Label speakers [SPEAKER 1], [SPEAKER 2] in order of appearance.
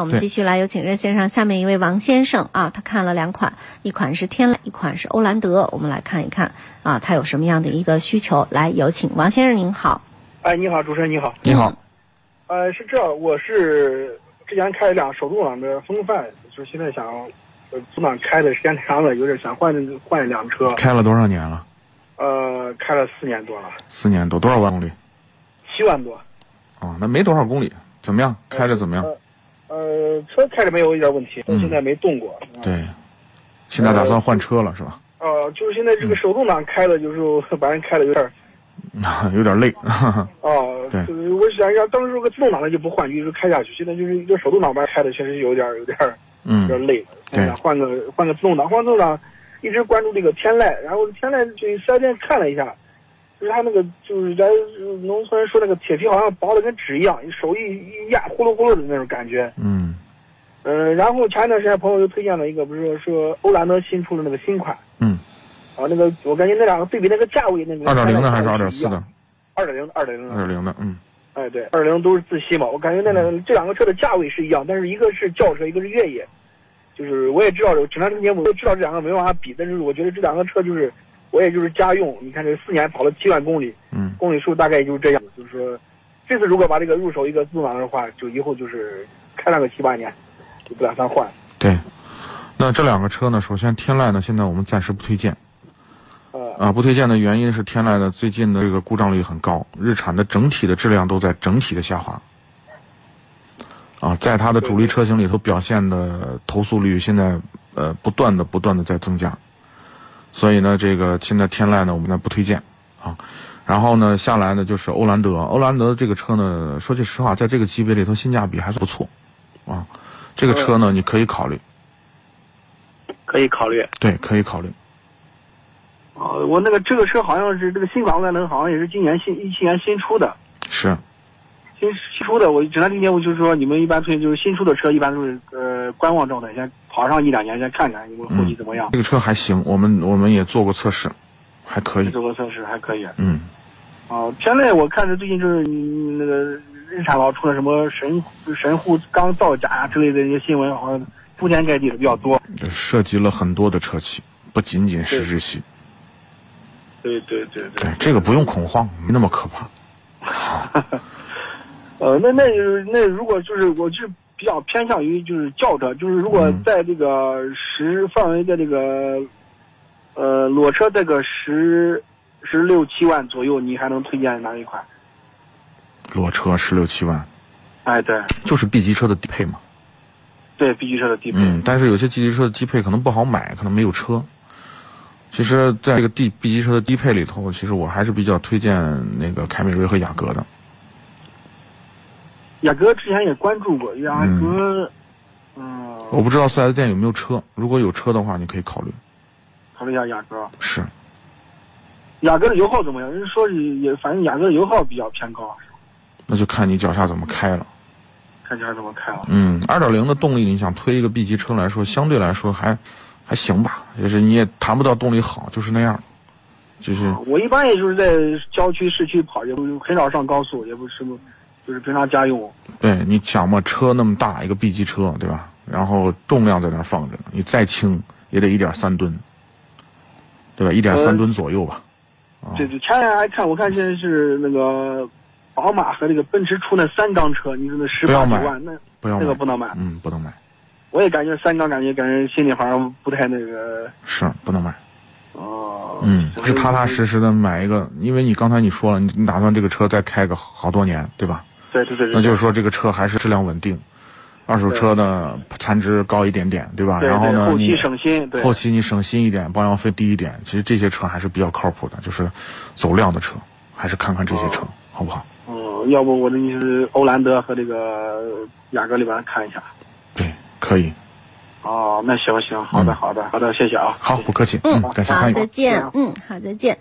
[SPEAKER 1] 我们继续来有请任先生，下面一位王先生啊，他看了两款，一款是天籁，一款是欧蓝德，我们来看一看啊，他有什么样的一个需求？来，有请王先生，您好。
[SPEAKER 2] 哎，你好，主持人你好。
[SPEAKER 3] 你好，
[SPEAKER 2] 呃，是这样，我是之前开了辆手动挡的风范，就是现在想，呃，阻挡开的时间长了，有点想换换一辆车。
[SPEAKER 3] 开了多少年了？
[SPEAKER 2] 呃，开了四年多了，
[SPEAKER 3] 四年多，多少万公里？
[SPEAKER 2] 七万多。
[SPEAKER 3] 啊，那没多少公里，怎么样？开着怎么样？
[SPEAKER 2] 呃，车开着没有一点问题，
[SPEAKER 3] 嗯
[SPEAKER 2] 现在没动过。嗯。
[SPEAKER 3] 对，现在打算换车了是吧？
[SPEAKER 2] 呃，就是现在
[SPEAKER 3] 嗯
[SPEAKER 2] 这个手动挡开的，有时候 把人开的有点儿，
[SPEAKER 3] 有点累。
[SPEAKER 2] 哦、
[SPEAKER 3] 对
[SPEAKER 2] 就是我想要当时如果自动挡的就不换，就是开下去。现在就是一个手动挡吧，开的确实有点儿有点儿有点
[SPEAKER 3] 嗯，
[SPEAKER 2] 累了，
[SPEAKER 3] 对
[SPEAKER 2] 想换个换个自动挡，换自动挡，一直关注这个天籁，然后天籁去四 S 店看了一下，就是它那个就是咱农村人说那个铁皮好像薄的跟纸一样，你手一一压呼噜呼噜的那种感觉。
[SPEAKER 3] 嗯，
[SPEAKER 2] 嗯、然后前一段时间朋友又推荐了一个，不是说欧蓝德新出的那个新款，
[SPEAKER 3] 嗯，
[SPEAKER 2] 啊，那个我感觉那两个对比那个价位，那个
[SPEAKER 3] 二点零的还是二点四的？？
[SPEAKER 2] 二点零的，二点零
[SPEAKER 3] 二
[SPEAKER 2] 的，
[SPEAKER 3] 点零的，嗯，
[SPEAKER 2] 哎对，二零都是自吸嘛，我感觉那两这两个车的价位是一样，但是一个是轿车，一个是越野。就是我也知道，整辆节目都知道这两个没办法比，但是我觉得这两个车就是，我也就是家用。你看这四年跑了七万公里，
[SPEAKER 3] 嗯，
[SPEAKER 2] 公里数大概也就是这样。就是说，这次如果把这个入手一个自动挡的话，就以后就是开上个七八年，就不打算换。
[SPEAKER 3] 对。那这两个车呢？首先，天籁呢，现在我们暂时不推荐
[SPEAKER 2] 呃，
[SPEAKER 3] 啊、不推荐的原因是天籁的最近的这个故障率很高，日产的整体的质量都在整体的下滑。啊，在它的主力车型里头，表现的投诉率现在呃不断的不断的在增加，所以呢，这个现在天籁呢，我们呢不推荐啊。然后呢，下来呢就是欧蓝德，欧蓝德这个车呢，说句实话，在这个级别里头，性价比还是不错啊。这个车呢，你可以考虑，
[SPEAKER 2] 可以考虑。
[SPEAKER 3] 对，可以考虑。
[SPEAKER 2] 啊、我那个这个车好像是这个新款欧蓝德，好像也是今年新一七年新出的。
[SPEAKER 3] 是，
[SPEAKER 2] 新新出的，我只能理解，我就是说，你们一般推就是新出的车，一般都是呃观望状态，先跑上一两年，先看看你们后期怎么样
[SPEAKER 3] 这。个车还行，我们我们也做过测试，还可以。
[SPEAKER 2] 做个测试还可以。啊、
[SPEAKER 3] 嗯，
[SPEAKER 2] 现在我看着最近就是嗯那个日产老出了什么神神户钢造假啊之类的一些新闻，好像铺天盖地的比较多。
[SPEAKER 3] 这涉及了很多的车企，不仅仅是日系。
[SPEAKER 2] 对对对对
[SPEAKER 3] 对，这个不用恐慌，没那么可怕。
[SPEAKER 2] 呃，那那就是那如果就是我是比较偏向于就是轿车，就是如果
[SPEAKER 3] 嗯
[SPEAKER 2] 在这个十范围的这个，呃，裸车这个十十六七万左右，你还能推荐哪一款？
[SPEAKER 3] 裸车十六七万，
[SPEAKER 2] 哎，对
[SPEAKER 3] 就是 B 级车的低配嘛。
[SPEAKER 2] 对，B 级车的低配，
[SPEAKER 3] 嗯，但是有些 B 级车的低配可能不好买，可能没有车。其实，在这个 D B 级车的低配里头，其实我还是比较推荐那个凯美瑞和雅阁的。
[SPEAKER 2] 雅阁之前也关注过，雅
[SPEAKER 3] 嗯
[SPEAKER 2] 阁，嗯，
[SPEAKER 3] 我不知道四 S 店有没有车，如果有车的话，你可以考虑。
[SPEAKER 2] 考虑一下雅阁。
[SPEAKER 3] 是，
[SPEAKER 2] 雅阁的油耗怎么样？人说是也，反正雅阁的油耗比较偏高，
[SPEAKER 3] 那就看你脚下怎么开了。
[SPEAKER 2] 看啊起来怎么开了。
[SPEAKER 3] 嗯，二点零的动力，你想推一个 B 级车来说，相对来说还还行吧，就是你也谈不到动力好，就是那样，就是
[SPEAKER 2] 我一般也就是在郊区、市区跑，也不很少上高速，也不是，就是平常家用。
[SPEAKER 3] 对，你想嘛，车那么大一个 B 级车，对吧？然后重量在那儿放着，你再轻也得一点三吨，对吧？一点三吨左右吧。啊
[SPEAKER 2] 对对，前两天还看，我看现在是那个宝马和那个奔驰出那三缸车，你说那十
[SPEAKER 3] 不
[SPEAKER 2] 八
[SPEAKER 3] 要
[SPEAKER 2] 九
[SPEAKER 3] 买
[SPEAKER 2] 万，那
[SPEAKER 3] 不要
[SPEAKER 2] 那个
[SPEAKER 3] 买，
[SPEAKER 2] 不能买。
[SPEAKER 3] 嗯，不能买，
[SPEAKER 2] 我也感觉三缸，感觉感觉心里好像不太那个，
[SPEAKER 3] 是不能买。
[SPEAKER 2] 哦，
[SPEAKER 3] 嗯，
[SPEAKER 2] 就是
[SPEAKER 3] 踏踏。实实的买一个，因为你刚才你说了，你你打算这个车再开个好多年，对吧？
[SPEAKER 2] 对对对对，
[SPEAKER 3] 那就是说这个车还是质量稳定，二手车呢残值高一点点，对吧？
[SPEAKER 2] 对对
[SPEAKER 3] 然后呢，
[SPEAKER 2] 后期
[SPEAKER 3] 你
[SPEAKER 2] 省心，对
[SPEAKER 3] 后期你省心一点，保养费低一点，其实这些车还是比较靠谱的，就是走量的车，还是看看这些
[SPEAKER 2] 哦
[SPEAKER 3] 车、好不好？
[SPEAKER 2] 嗯，要不我这就是欧蓝德和这个雅阁里边看一下。
[SPEAKER 3] 对，可以，
[SPEAKER 2] 哦，那行行，好的
[SPEAKER 3] 嗯
[SPEAKER 2] 好的好的，谢谢啊，
[SPEAKER 3] 好，
[SPEAKER 2] 谢谢
[SPEAKER 3] 不客气，嗯，感谢
[SPEAKER 1] 好，
[SPEAKER 3] 参与。
[SPEAKER 1] 啊再见，嗯，好，再见。